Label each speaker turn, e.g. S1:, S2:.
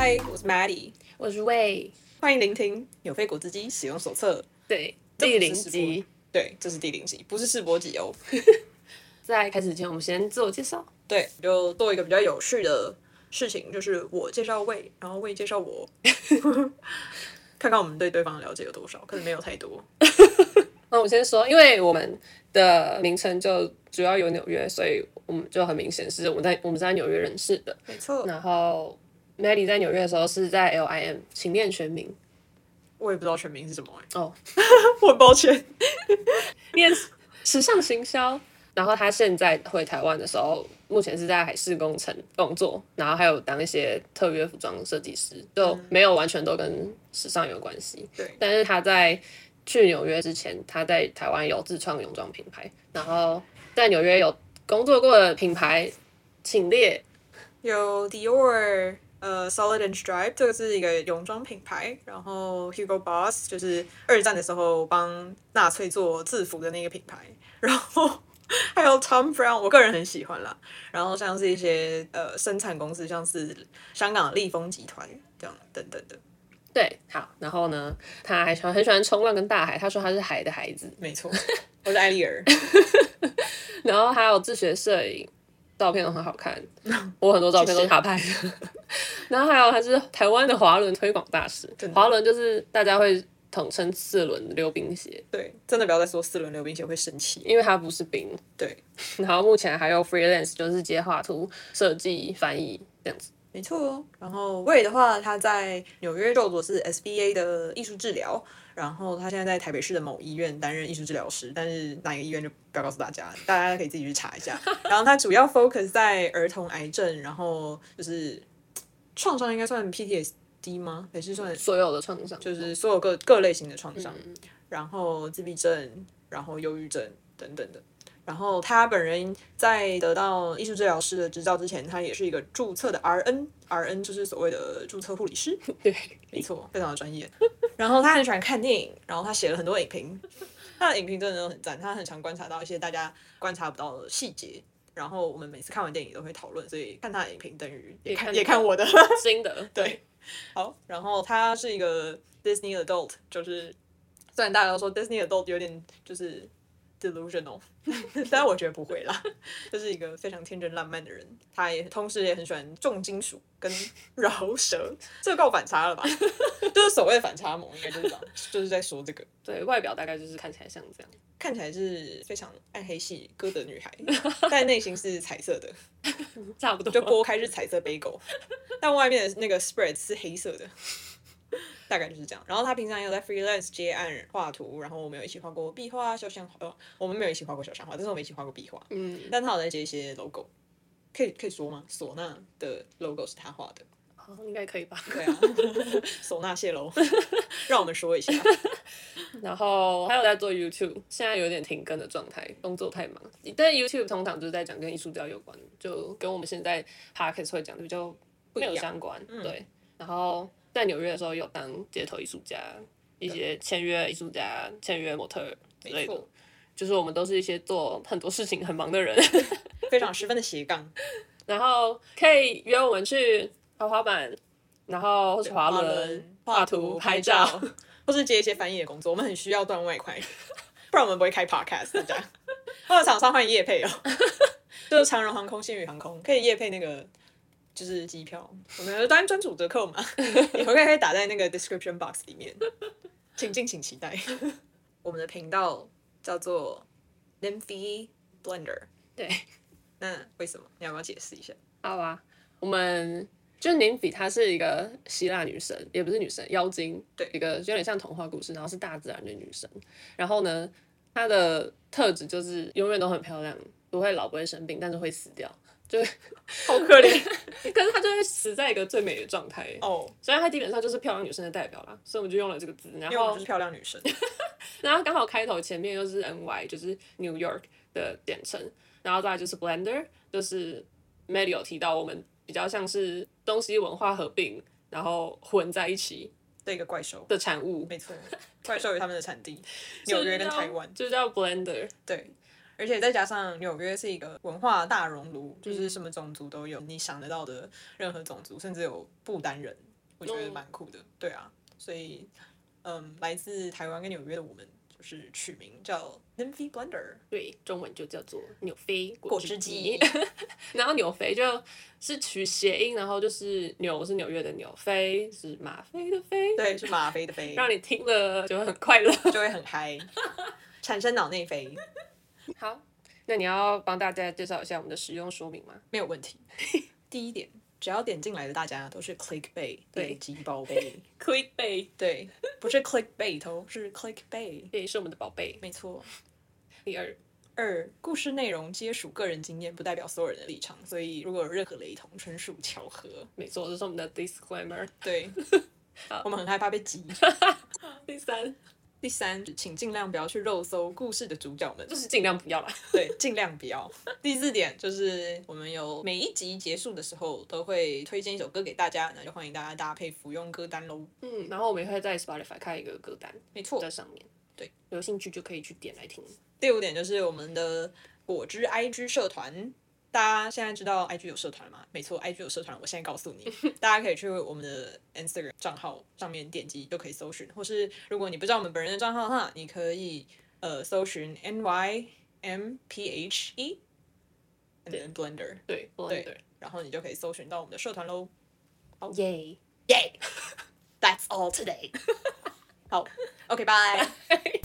S1: 咖喱，
S2: 我是魏，
S1: 欢迎聆听《纽非果汁机使用手册》。
S2: 对，
S1: 这
S2: 第
S1: 不是
S2: 零
S1: 试播
S2: 集。
S1: 对，这是第零集，不是试播集哦。
S2: 在开始前，我们先自我介绍。
S1: 对，就做一个比较有趣的事情，就是我介绍魏，然后魏介绍 我，看看我们对对方的了解有多少，可能没有太多。
S2: 那嗯我先说，因为我们的名称就主要有纽约，所以我们就很明显是我在我们是在纽约认识的。
S1: 没错，
S2: 然后 Maddie 在纽约的时候是在 LIM 勤练全名
S1: 我也不知道全名是什么哎、
S2: 哦，
S1: 我很抱歉。
S2: 练时尚行销。然后他现在回台湾的时候，目前是在海事工程工作，然后还有当一些特约服装设计师，就没有完全都跟时尚有关系。
S1: 对，
S2: 但是他在去纽约之前，他在台湾有自创泳装品牌，然后在纽约有工作过的品牌，请列
S1: 有 Dior，呃，Solid and Stripe，这个是一个泳装品牌，然后 Hugo Boss 就是二战的时候帮纳粹做制服的那个品牌，然后 还有 Tom Brown，我个人很喜欢啦。然后像是一些呃生产公司，像是香港的立丰集团这样等等的，
S2: 对，好，然后呢，他还喜欢很喜欢冲浪跟大海，他说他是海的孩子，
S1: 没错，我是艾丽儿，
S2: 然后还有自学摄影，照片都很好看， 我很多照片都是他拍的。 然后还有他是台湾的滑轮推广大使
S1: 真，的
S2: 滑轮就是大家会统称四轮溜冰鞋，
S1: 对，真的不要再说四轮溜冰鞋会生气，
S2: 因为它不是冰。
S1: 对，
S2: 然后目前还有 freelance，就是接画图、设计、翻译这样子。
S1: 没错哦。然后魏的话，他在纽约就读的是 SBA 的艺术治疗，然后他现在在台北市的某医院担任艺术治疗师，但是哪个医院就不要告诉大家，大家可以自己去查一下。然后他主要 focus 在儿童癌症，然后就是创伤应该算 PTSD 吗？还是算
S2: 所有的创伤，
S1: 就是所有各各类型的创伤，然后自闭症，然后忧郁症等等的。然后他本人在得到艺术治疗师的执照之前，他也是一个注册的 RN，RN 就是所谓的注册护理师，
S2: 对，
S1: 没错，非常的专业。然后他很喜欢看电影， 然后他写了很多影评，他的影评真的都很赞，他很常观察到一些大家观察不到的细节。然后我们每次看完电影都会讨论，所以看他的影评等于也
S2: 也
S1: 看
S2: 看
S1: 也看我的。
S2: 心得。
S1: 对，好，然后他是一个 Disney adult，就是虽然大家都说 Disney adult 有点就是 delusional，但 我觉得不会啦，就是一个非常天真烂漫的人。他也同时也很喜欢重金属跟饶舌，这个够反差了吧？就是所谓的反差萌，应该就是这样就是在说这个。
S2: 对，外表大概就是看起来像这样。
S1: 看起来是非常暗黑系歌德女孩，但内心是彩色的，
S2: 差不多。
S1: 就剥开是彩色杯狗，但外面的那个 spread 是黑色的， 大概就是这样。然后他平常有在 freelance 接案画图，然后我们有一起画过壁画、肖像画，呃，我们没有一起画过肖像画，但是我们一起画过壁画。
S2: 嗯，
S1: 但他有在接一些 logo，可以可以说吗？唢呐的 logo 是他画的，
S2: 好，应该可以吧。
S1: 对啊， 唢呐谢喽， 让我们说一 下。
S2: 然后还有在做 YouTube，现在有点停更的状态，工作太忙。但 YouTube 通常就是在讲跟艺术教有关，就跟我们现在 Podcast 会讲的比较
S1: 一
S2: 没
S1: 样
S2: 有相关。
S1: 嗯
S2: 对，然后在纽约的时候有当街头艺术家，一些签约艺术家、签约模特儿之
S1: 没
S2: 类的
S1: 错。，
S2: 就是我们都是一些做很多事情很忙的人，
S1: 非常十分的斜杠，
S2: 然后可以约我们去滑滑板，然后或是滑轮、
S1: 画
S2: 画
S1: 图、
S2: 图、
S1: 拍
S2: 拍
S1: 照
S2: 照。，
S1: 或是接一些翻译的工作，我们很需要赚外快， 不然我们不会开 podcast 大家。 或者厂商欢迎业配哦， 就是长荣航空、新宇航空可以业配那个就是机票，我们有当然专属折 扣嘛，以后可以打在那个 description box 里面，请敬请期待。 我们的频道叫做 Nymphy Blender，
S2: 对，
S1: 那为什么？你要不要解释一下？
S2: 好啊，我们就宁比她是一个希腊女神，也不是女神，妖精，
S1: 对
S2: 一个有点像童话故事，然后是大自然的女神。然后呢，她的特质就是永远都很漂亮，不会老，不会生病，但是会死掉。
S1: 好可怜
S2: 可是她就会死在一个最美的状态，
S1: 哦，
S2: 所以她基本上就是漂亮女生的代表啦。所以我们就用了这个字，然
S1: 因为我们
S2: 后
S1: 就是漂亮女生，
S2: 然后刚好开头前面又是 N Y，就是 New York 的简称，然后再来就是 Blender，就是 m a d i 有提到我们比较像是东西文化合并，然后混在一起
S1: 对一个怪兽，
S2: 的产物。
S1: 没错，怪兽有他们的产 地，纽约跟台湾。
S2: 就叫就叫 Blender，
S1: 对，而且再加上纽约是一个文化
S2: 嗯
S1: 大熔炉，就是什么种族都有，你想得到的任何种族，甚至有不丹人，我觉得
S2: 嗯
S1: 蛮酷的。对啊，所以嗯，来自台湾跟纽约的我们，就是取名叫 Nymphy Blender
S2: 对，中文就叫做纽菲
S1: 果
S2: 果
S1: 汁
S2: 汁
S1: 机
S2: 机。 然后纽菲就是取谐音，然后就是纽是纽约的纽，菲是吗啡的啡，
S1: 对，是吗啡的啡，
S2: 让你听了就会很快乐。
S1: 就会很嗨，产生脑内啡，
S2: 好，那你要帮大家介绍一下我们的使用说明吗？
S1: 没有问 题。第一点，只要点进来的大家都是 clickbait，
S2: 对
S1: 点击宝贝，
S2: Clickbait，
S1: 对，不是 clickbait 哦，是 clickbait，
S2: 这也是我们的宝贝。
S1: 没错。
S2: 第二，
S1: 二，故事内容皆属个人经验，不代表所有人的立场，所以如果有任何雷同，纯属巧合。
S2: 没错，这是我们的 disclaimer。
S1: 对，我们很害怕被挤。
S2: 第三，
S1: 第三，请尽量不要去肉搜故事的主角们
S2: 就，是尽量不要啦。
S1: 对，尽量不要。第四点就是，我们有每一集结束的时候都会推荐一首歌给大家，那就欢迎大家搭配服用歌单喽。
S2: 嗯，然后我们也会在 Spotify 开一个歌单
S1: 没错
S2: 在，上面，
S1: 对，
S2: 有兴趣就可以去点来听。
S1: 第五点就是我们的果汁 IG 社团。大家现在知道 IG 有社团吗？没错，IG 有社团。我现在告诉你，大家可以去我们的 Instagram 账号上面点击就可以搜寻，或是如果你不知道我们本人的账号哈，你可以呃搜寻 N Y M P H E，and then Blender，
S2: 对
S1: 对，然后你就可以搜寻到我们的社团喽。
S2: 耶。
S1: Yay！That's all today 好。好，OK，拜。